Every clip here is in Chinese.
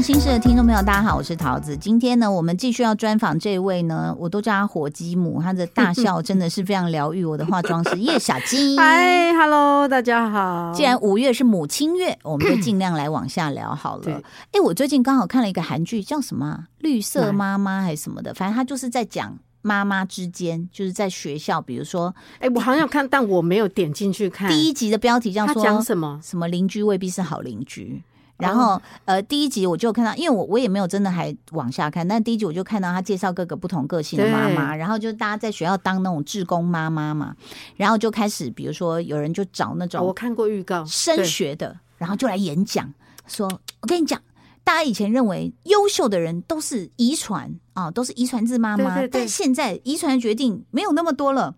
事的听众朋友，大家好，我是桃子。今天呢，我们继续要专访这位呢，我都叫她火鸡母，她的大笑真的是非常疗愈我的化妆师叶小金。 嗨，Hello，大家好。既然五月是母亲月，我们就尽量来往下聊好了。对哎、我最近刚好看了一个韩剧，叫什么啊《绿色哪妈妈》还是什么的，反正她就是在讲妈妈之间，就是在学校，比如说哎、我好像有看，但我没有点进去看。第一集的标题叫他做讲什么？什么邻居未必是好邻居。然后，呃，第一集我就看到，因为我我也没有真的还往下看，但第一集我就看到他介绍各个不同个性的妈妈，然后就大家在学校当那种志工妈妈嘛，然后就开始，比如说有人就找那哦我种看过预告。升学的，然后就来演讲，说我跟你讲，大家以前认为优秀的人都是遗传啊，都是遗传自妈妈，对对对但现在遗传的决定没有那么多了。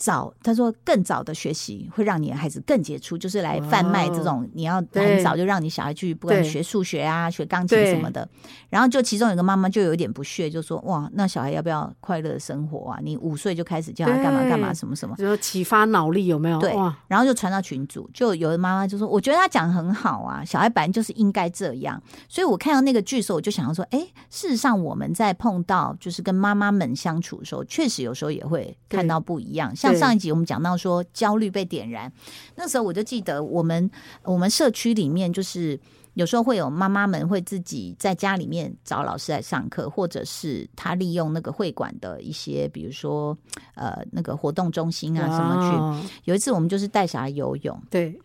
早，他说更早的学习会让你的孩子更杰出，就是来贩卖这种、你要很哦对早就让你小孩去不管对学数学啊、学钢琴什么的。然后就其中有一个妈妈就有一点不屑，就说：“哇，那小孩要不要快乐的生活啊？你五岁就开始叫他干嘛干嘛对什么什么。”对，就启发脑力有没有？对哇，然后就传到群组，就有的妈妈就说：“我觉得他讲得很好啊，小孩本来就是应该这样。”所以我看到那个剧的时候，我就想要说：“哎，事实上我们在碰到就是跟妈妈们相处的时候，确实有时候也会看到不一样。像对上一集我们讲到说焦虑被点燃，那时候我就记得我们我们社区里面就是。”有时候会有妈妈们会自己在家里面找老师来上课，或者是他利用那个会馆的一些，比如说呃那个活动中心啊什么去去？有一次我们就是带小孩游泳，对，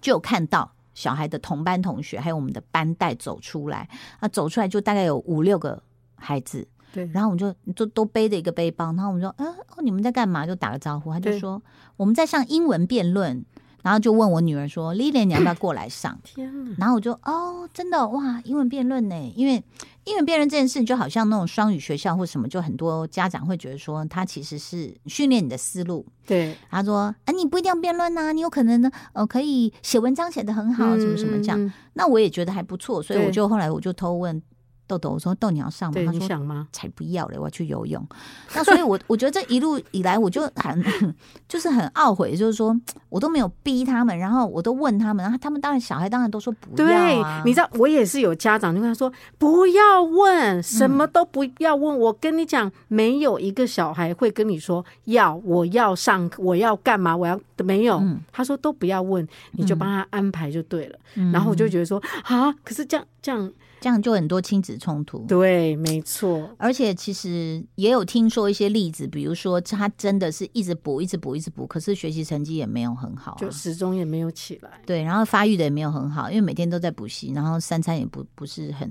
就看到小孩的同班同学还有我们的班带走出来，啊，走出来就大概有五六个孩子，对，然后我们就就都背着一个背包，然后我们说，嗯、哦，你们在干嘛？就打个招呼，他就对说我们在上英文辩论，然后就问我女儿说，Lily，你要不要过来上？天哪！然后我就哦，真的哇，英文辩论呢？因为英文辩论这件事，就好像那种双语学校或什么，就很多家长会觉得说，它其实是训练你的思路，对，他说：“啊，你不一定要辩论呐、你有可能呢，呃，可以写文章写得很好，什么什么这样。嗯，嗯那我也觉得还不错，所以对我就后来我就偷问豆豆，我说：“豆，你要上吗？”嗯对，他你说想吗：“？才不要嘞，我要去游泳。” 那所以我，我觉得这一路以来，我就很 就是很懊悔，就是说我都没有逼他们，然后我都问他们，然后他们当然小孩当然都说不要、对啊，，你知道我也是有家长就跟他说不要问，什么都不要问。我跟你讲，没有一个小孩会跟你说要我要上我要干嘛我要没有嗯，他说都不要问，你就帮他安排就对了。嗯然后我就觉得说啊，可是这样这样这样就很多亲子冲突。对，没错，而且其实也有听说一些例子，比如说他真的是一直补、一直补、一直补，可是学习成绩也没有很好、啊，就始终也没有起来。对，然后发育的也没有很好，因为每天都在补习，然后三餐也不不是很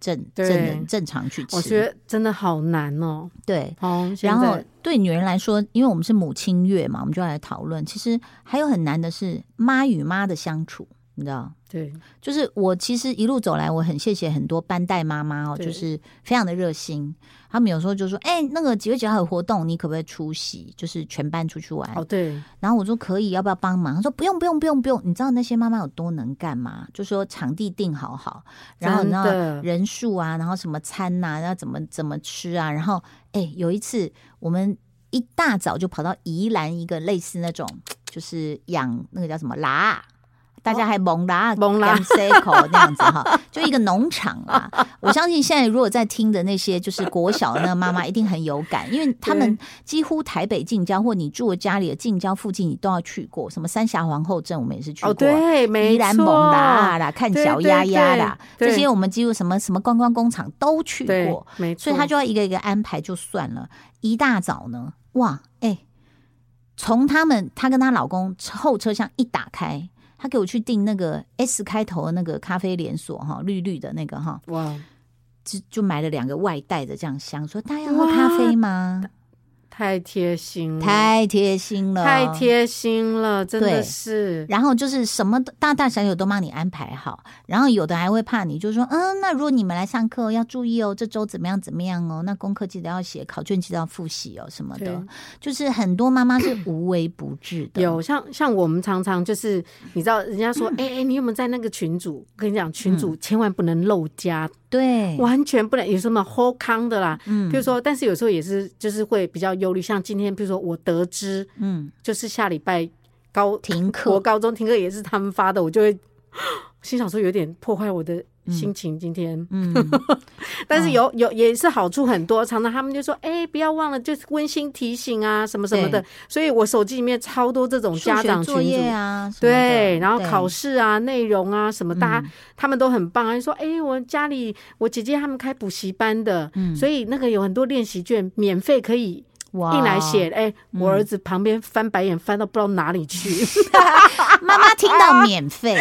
正正对的正常去吃。我觉得真的好难哦。对，哦，现然后在对女人来说，因为我们是母亲月嘛，我们就来讨论。其实还有很难的是妈与妈的相处，你知道。对就是我其实一路走来，我很谢谢很多班带妈妈哦，对就是非常的热心。他们有时候就说：“哎、那个几月几号有活动，你可不可以出席？就是全班出去玩。哦对，然后我说：“可以，要不要帮忙？”他说：“不用，不用，不用，不用。”你知道那些妈妈有多能干嘛？就说场地定好好，然后真然后的人数啊，然后什么餐呐、然后怎么怎么吃啊，然后哎，有一次我们一大早就跑到宜兰一个类似那种，就是养那个叫什么啦。大家还蒙啦，蒙啦 c y c l 那样子 哈，就一个农场啦。我相信现在如果在听的那些就是国小的那个妈妈，一定很有感，因为他们几乎台北近郊或你住的家里的近郊附近，你都要去过。什么三峡皇后镇，我们也是去过。啊哦对，没宜兰蒙错达啊啦，看对小对鸭鸭啦，对啊这对些我们几乎什么什么观光工厂都去对过，，没错，所以他就要一个一个安排就算了。一大早呢，哇，哎、从他们她跟她老公后车厢一打开，她给我去订那个 S 开头的那个咖啡连锁哈，绿绿的那个哈，哇，就就买了两个外带的这样香，说大家要喝咖啡吗？太贴心了，太贴心了，太贴心了，真对的是。然后就是什么都大大小小都帮你安排好，然后有的还会怕你，就说，嗯，那如果你们来上课哦要注意哦，这周怎么样怎么样哦，那功课记得要写，考卷记得要复习哦，什么的对，就是很多妈妈是无微不至的，嗯有像像我们常常就是，你知道人家说，哎哎、你有没有在那个群组？我跟你讲，群组千万不能漏加，对，完全不能有什么齁康的啦。嗯譬如说，但是有时候也是就是会比较忧虑，像今天，譬如说我得知嗯，就是下礼拜高停国课，高中停课也是他们发的，我就会 心想说有点破坏我的心情今天，嗯，哦但是有有也是好处很多，常常他们就说，哎、不要忘了就是温馨提醒啊什么什么的，所以我手机里面超多这种 家长数学作群组业。啊，什么的对，然后考试，试啊、内容啊什么，大家、嗯他们都很棒啊。就说，哎、我家里我姐姐他们开补习班的，嗯所以那个有很多练习卷免费可以哇一来写。哎、我儿子旁边翻白眼翻到不知道哪 里去，妈妈听到免费，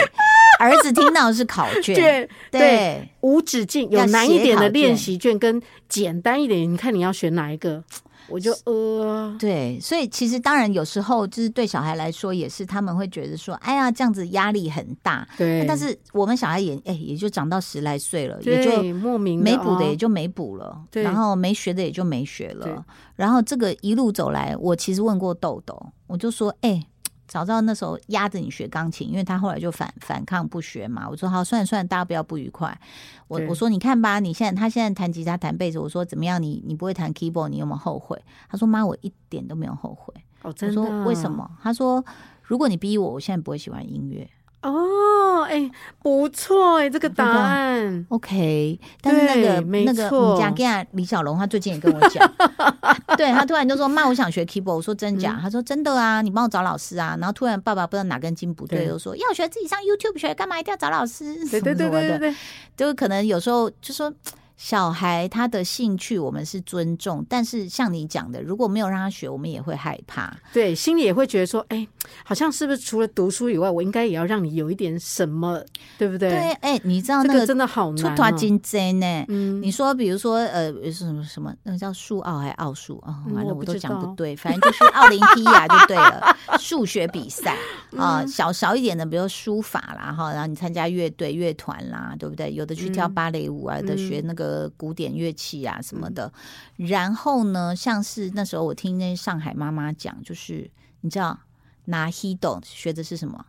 儿子听到是考卷， 对对，无止境，有要难写一点考的卷练习卷跟简单一点，你看你要选哪一个？我就呃，对，所以其实当然有时候就是对小孩来说也是，他们会觉得说，哎呀，这样子压力很大。对，但是我们小孩也哎也就长到十来岁了，也就对莫名没补的哦也就没补了，对然后没学的也就没学对了。然后这个一路走来，我其实问过豆豆，我就说，哎、早知道那时候压着你学钢琴，因为他后来就反反抗不学嘛。我说好，算了算了，大家不要不愉快。我对我说你看吧，你现在他现在弹吉他弹贝斯，我说怎么样？你你不会弹 keyboard，你有没有后悔？他说妈，我一点都没有后悔。哦，真我的说为什？么？他说如果你逼我，我现在不会喜欢音乐。哦，哎、不错哎、这个答案 OK，但是那个没那个错我们家跟啊李小龙，他最近也跟我讲， 对他突然就说妈，我想学 keyboard。我说真假？嗯他说真的啊，你帮我找老师啊。然后突然爸爸不知道哪根筋不对，对又说要学自己上 YouTube 学，干嘛一定要找老师？对对什对么什么的，对对对，就可能有时候就说。小孩他的兴趣我们是尊重，但是像你讲的，如果没有让他学，我们也会害怕。对，心里也会觉得说，哎、好像是不是除了读书以外，我应该也要让你有一点什么，对不对？对，哎、你知道这那个个真的好出难、团哦。金针呢？嗯，你说，比如说，呃，是什么什么，那个叫数奥还是奥数啊？嗯完了，我我不都知讲不道对，反正就是奥林匹亚就对 了。数学比赛啊，嗯小少一点的，比如书法啦，哈，然后你参加乐队、乐团啦，对不对？有的去跳嗯芭蕾舞啊，有的学那个古典乐器啊什么的。嗯然后呢，像是那时候我听那些上海妈妈讲，就是你知道拿 hido 学的是什么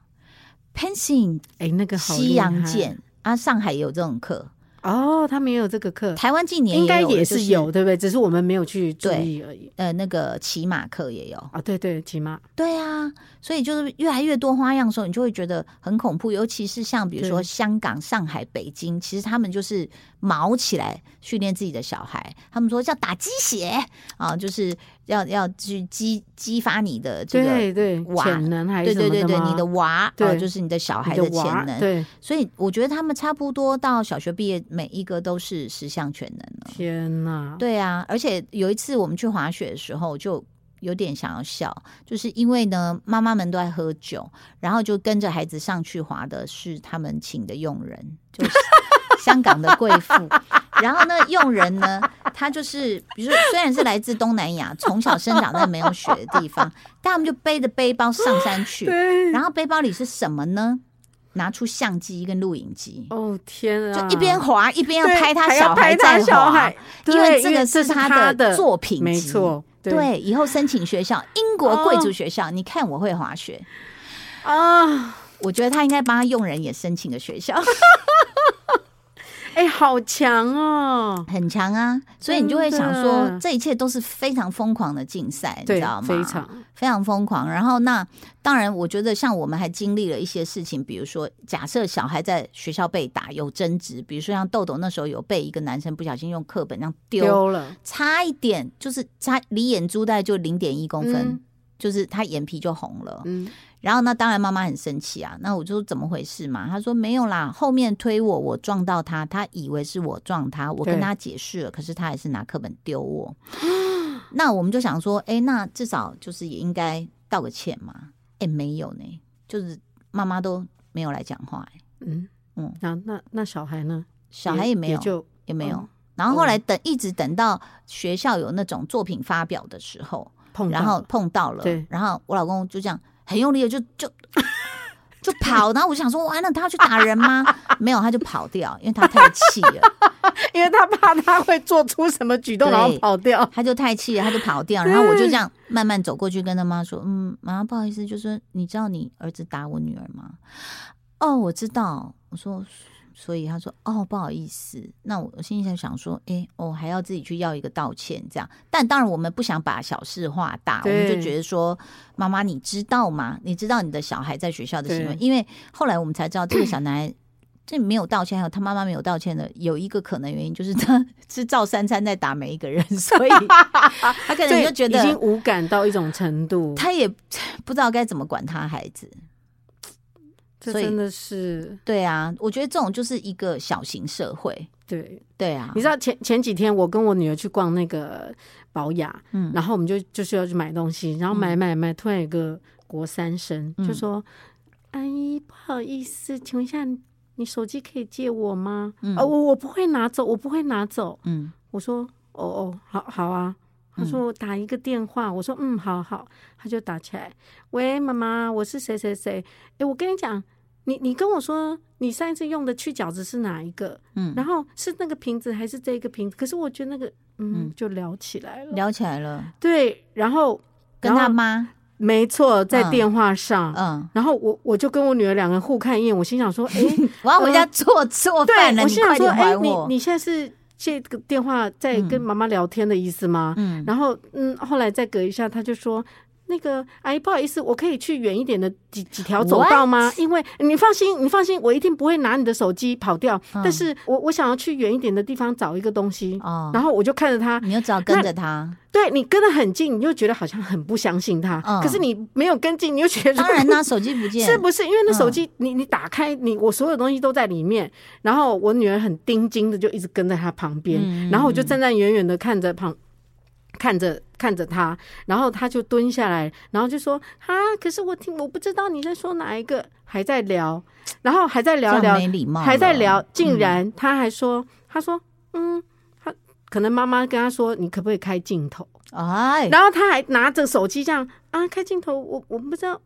？Pensing 哎、那个好西厉洋害剑啊，上海也有这种课。哦，他们也有这个课，台湾近年应该有了也就是有，对不对？只是我们没有去注意而已。呃，那个骑马课也有，啊，对对，骑马，对啊，所以就是越来越多花样的时候，你就会觉得很恐怖，尤其是像比如说对香港、上海、北京，其实他们就是毛起来训练自己的小孩，他们说叫打鸡血啊，就是要要去激激发你的这个。对对，娃潜能还对是什么对对对，吗你的娃啊、对就是你的小孩你的潜娃能，对，所以我觉得他们差不多到小学毕业，每一个都是十项全能了。天哪，对啊，而且有一次我们去滑雪的时候，就有点想要笑，就是因为呢，妈妈们都在喝酒，然后就跟着孩子上去滑的是他们请的佣人，就是 香港的贵妇。然后呢，佣人呢，他就是，比如说虽然是来自东南亚，从小生长在没有雪的地方，但他们就背着背包上山去，对，然后背包里是什么呢？拿出相机跟录影机，哦天啊，就一边滑一边要对拍他还小要孩拍在他滑，小孩，因为对这个这是他的作品集没，错，对，以后申请学校，英国哦贵族学校，你看我会滑雪，啊，我觉得他应该帮他佣人也申请个学校， 哎，好强哦，很强啊，所以你就会想真说，的这一切都是非常疯狂的竞赛，你知对道，吗？非常非常疯狂。然后那当然，我觉得像我们还经历了一些事情，比如说假设小孩在学校被打有争执，比如说像豆豆那时候有被一个男生不小心用课本这样丢，丢了，差一点就是差离眼珠大概就零点一公分，嗯就是他眼皮就红了。嗯，然后那当然妈妈很生气啊，那我就说怎么回事嘛？她说没有啦，后面推我，我撞到他，他以为是我撞他，我跟对他解释了，可是他还是拿课本丢我。 那我们就想说，哎，那至少就是也应该道个歉嘛。哎，没有呢，就是妈妈都没有来讲话、诶嗯嗯嗯，那那那小孩呢？小孩也没也有，就也没有。嗯然后后来等一直等到学校有那种作品发表的时候，碰到了， 然后碰到了，对然后我老公就这样很用力的就就就跑，然后我就想说，完了，他要去打人吗？ 没有，他就跑掉，因为他太气了，因为他怕他会做出什么举动，对然后跑掉， 他就太气了，他就跑掉，然后我就这样慢慢走过去跟他妈说，嗯，妈，不好意思，就是你知道你儿子打我女儿吗？哦，我知道，我说所以他说：“哦，不好意思。”那我心里在想说：“哎、我、还要自己去要一个道歉，这样。”但当然，我们不想把小事化大，我对们就觉得说：“妈妈，你知道吗？你知道你的小孩在学校的行为？”因为后来我们才知道，这个小男孩这没有道歉，还有他妈妈没有道歉的，有一个可能原因就是他 吃照三餐在打每一个人，所 以他可能对，就觉已经得无感到一种程度，他也 不知道该怎么管他孩子。这所以真的是对啊，我觉得这种就是一个小型社会。对。对啊，你知道前前几天我跟我女儿去逛那个宝雅，嗯然后我们就就是要去买东西，然后买买买，突然有个国三生、嗯就说：“阿姨，不好意思，请问一下，你手机可以借我吗？”嗯哦，我我不会拿走，我不会拿走。嗯我说：“哦哦，好好啊。”他说：“我打一个电话。我说：“嗯，好好。”他就打起来：“喂，妈妈，我是谁谁谁。诶，我跟你讲，你你跟我说，你上一次用的去角质是哪一个？嗯，然后是那个瓶子还是这个瓶子？可是我觉得那个，嗯，嗯就聊起来了。聊起来了，对，然后跟然后他妈，没错，在嗯电话上。嗯，然后我我就跟我女儿两个人互看一眼，我 心想说，哎、我要回家做做饭对，了，我你心想快说，点哎、还你我。你现在是借个电话在跟妈妈聊天的意思吗？嗯然后嗯，后来再隔一下，他就说。那个阿姨，不好意思，我可以去远一点的几几条走道吗因为你放心，你放心，我一定不会拿你的手机跑掉。嗯但是我我想要去远一点的地方找一个东西，哦，然后我就看着他，你就只好跟着他。对你跟得很近，你就觉得好像很不相信他，嗯可是你没有跟进，你又觉得当 然啦，手机不见，是不是？因为那嗯手机，你你打开你，我所有东西都在里面。然后我女儿很盯紧的，就一直跟在她旁边，嗯然后我就站在远远的看着旁，看着看着她，然后她就蹲下来，然后就说：“啊，可是我听我不知道你在说哪一个，还在聊，然后还在这聊样聊，没啊嗯礼貌，还在。聊，竟然她还说，她说，嗯，她可能妈妈跟她说，你可不可以开镜头？”哎，然后他还拿着手机这样啊，开镜头，我我不知道，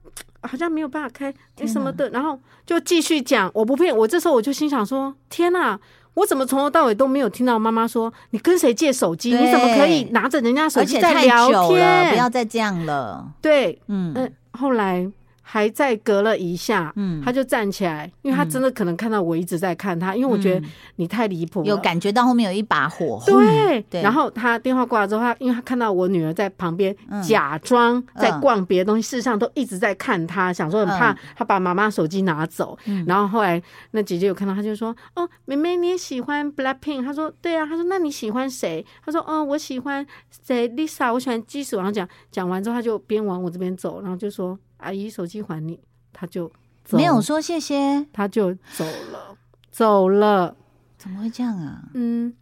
好像没有办法开天哪什么的，然后就继续讲，我不骗，我这时候我就心想说，天哪、我怎么从头到尾都没有听到妈妈说你跟谁借手机？对你怎么可以拿着人家手而机且在太聊久了，不天要？再这样了。对，嗯嗯，后来还再隔了一下，嗯，他就站起来，因为他真的可能看到我一直在看他，因为我嗯觉得你太离谱了，有感觉到后面有一把火。嗯对，对然后他电话挂了之后，他因为他看到我女儿在旁边嗯假装在嗯逛别的东西，事实上都一直在看他，想说很怕嗯他把妈妈手机拿走。嗯然后后来那姐姐有看到，她就说：“哦，妹妹你也喜欢 Blackpink？” 她说：“对啊。”她说：“那你喜欢谁？”她说：“哦，我喜欢谁？Lisa，我喜欢基础。”然后讲讲完之后，她就边往我这边走，然后就说：“阿姨，手机还你。”她就走没有，说谢谢，她就走了，走了。怎么会这样啊？嗯，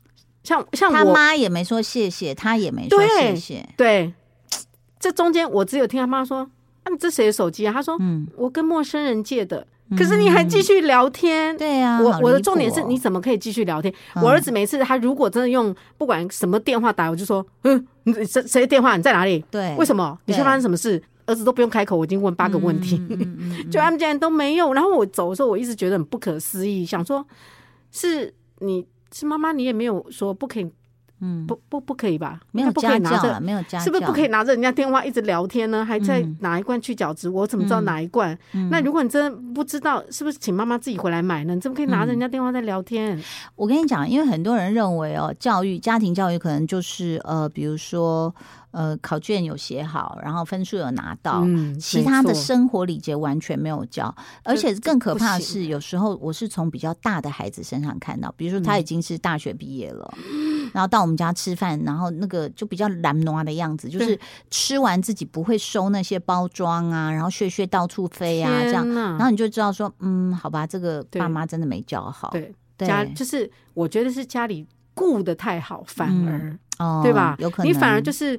像像他我妈也没说谢谢，他也没说对谢谢。对，这中间我只有听他妈说：“啊，你这谁的手机啊？”他说嗯，：“我跟陌生人借的。”可是你还继续聊天。对啊，我好我的离谱重点是哦你怎么可以继续聊天？嗯我儿子每次他如果真的用不管什么电话打，我就说：“嗯，你谁谁的电话？你在哪里？对为什么？你对现在发生什么事？”儿子都不用开口，我已经问八个问题，嗯嗯嗯嗯 就他们竟然都没有。然后我走的时候，我一直觉得很不可思议，想说是你是妈妈，你也没有说不可以，嗯，不不不可以吧？没应有该不可家以拿教啊着了，没有家教，是不是不可以拿着人家电话一直聊天呢？还在嗯哪一罐去角质？我怎么知道嗯哪一罐？嗯？那如果你真的不知道，是不是请妈妈自己回来买呢？你怎么可以拿着人家电话在聊天？我跟你讲，因为很多人认为哦，教育家庭教育可能就是呃，比如说呃，考卷有写好，然后分数有拿到。嗯其他的没错生活礼节完全没有教，而且更可怕的这欸是，有时候我是从比较大的孩子身上看到，比如说他已经是大学毕业了， 然后到我们家吃饭，然后那个就比较懒惰的样子，就是对吃完自己不会收那些包装啊，然后屑屑到处飞啊，这样，天哪然后你就知道说，嗯，好吧，这个对爸妈真的没教好，对对家就是我觉得是家里顾的太好，反而、哦，对吧？有可能你反而就是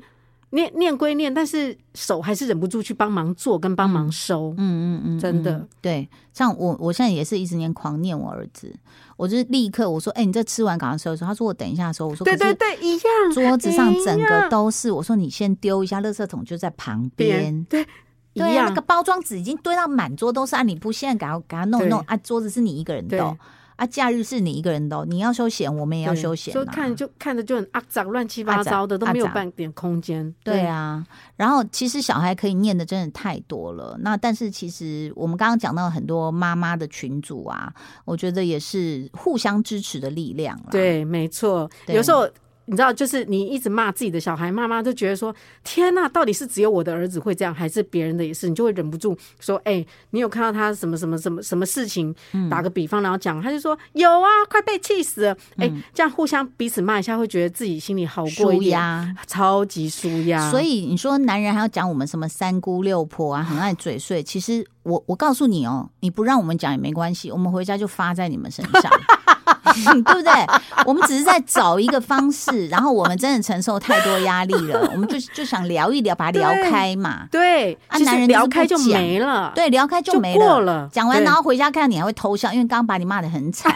念念归念，但是手还是忍不住去帮忙做跟帮忙收。嗯嗯嗯，真的嗯对。像我，我现在也是一直年狂念我儿子，我就是立刻我说：“哎、你这吃完赶快收一收。”他说：“我等一下收。”我说：“对可对是对，一样。桌子上整哎呀个都是。”我说：“你先丢一下，垃圾桶就在旁边边。”对一对啊，样那个包装纸已经堆到满桌都是啊！你不现在给他给他弄一弄对啊，桌子是你一个人对动啊，假日是你一个人的、哦，你要休闲，我们也要休闲、啊。就看就看着就很肮脏、乱七八糟的，都没有半点空间。对啊，然后其实小孩可以念的真的太多了。那但是其实我们刚刚讲到很多妈妈的群组啊，我觉得也是互相支持的力量啦。对，没错，有时候。你知道，就是你一直骂自己的小孩，妈妈就觉得说：“天呐、啊，到底是只有我的儿子会这样，还是别人的也是？”你就会忍不住说：“哎、欸，你有看到他什么什么什么什么事情？”嗯打个比方，然后讲，他就说：“有啊，快被气死了！”哎、嗯欸，这样互相彼此骂一下，会觉得自己心里好过一点，啊超级舒压。所以你说，男人还要讲我们什么三姑六婆啊，很爱嘴碎。其实我我告诉你哦，你不让我们讲也没关系，我们回家就发在你们身上。 对不对？我们只是在找一个方式，然后我们真的承受太多压力了，我们就就想聊一聊，把它聊开嘛。对，啊，男人聊开就没了，对，聊开就没了。啊了讲完，然后回家看你还会偷笑，因为刚刚把你骂的很惨。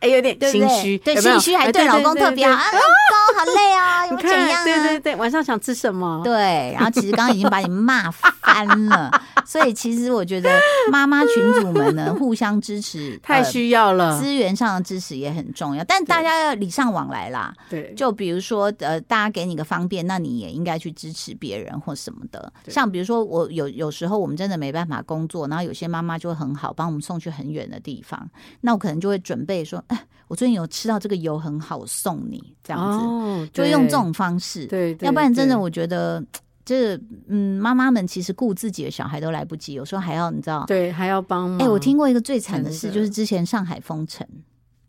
哎，有哎点心虚，对心虚还对老公特别好啊，老公好累啊，有怎样啊？呃对对对，晚上想吃什么？对，然后其实刚刚已经把你骂翻了，所以其实我觉得妈妈群主们呢互相支持呃太需要了，资源上的支持也很重要，但大家要礼尚往来啦。对，就比如说呃，大家给你个方便，那你也应该去支持别人或什么的。像比如说我有有时候我们真的没办法工作，然后有些妈妈就会很好帮我们送去很远的地方，那我可能就会准备说。哎，我最近有吃到这个油很好，我送你这样子，哦、就用这种方式。对，对要不然真的我觉得，这嗯，妈妈们其实顾自己的小孩都来不及，有时候还要你知道，对，还要帮忙。哎，我听过一个最惨的事，就是之前上海封城。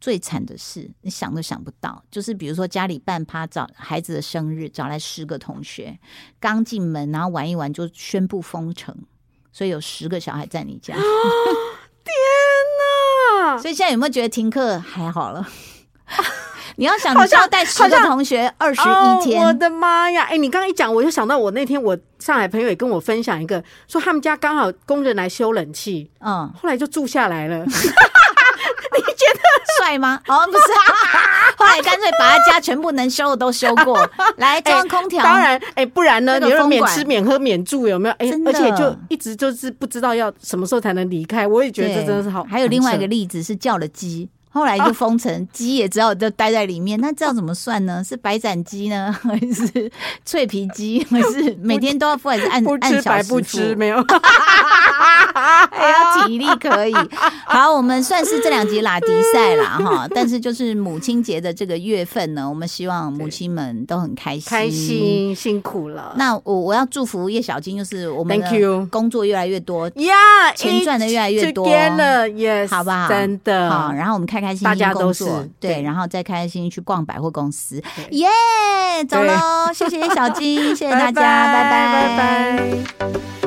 最惨的是，你想都想不到，就是比如说家里办趴找孩子的生日，找来十个同学，刚进门然后玩一玩就宣布封城，所以有十个小孩在 你家。哦天哪！所以现在有没有觉得停课还好 了？你要想，你要带十个同学二十一天、哦，我的妈呀！哎、欸，你刚刚一讲，我就想到我那天我上海朋友也跟我分享一个，说他们家刚好工人来修冷气，嗯，后来就住下来 了。你觉得帅吗？哦，不是、 啊，后来干脆把他家全部能修的都修过，来装空调、欸。当 然，哎、欸，不然呢？你又免吃免喝免住，有没有？哎、欸，而且就一直就是不知道要什么时候才能离开。我也觉得这真的是好。还有另外一个例子是叫了鸡，后来就封城，鸡、啊、也只好就待在里面。那这样怎么算呢？是白斩鸡呢， 还是脆皮鸡，还是每天都要付，还是嗯按按小时不吃没有？ 还要体力可以，好，我们算是这两集拉迪赛啦哈，但是就是母亲节的这个月份呢，我们希望母亲们都很开心，开心辛苦了。那我我要祝福叶小金，就是我们的工作越来越多，Yeah，钱赚的越来越多，Yes，好不好？真的，好，然后我们开开心心，嗯大家都是对，然后再开开心心去逛百货公司，耶，走喽，谢谢叶小金，谢谢大家，拜拜，拜拜。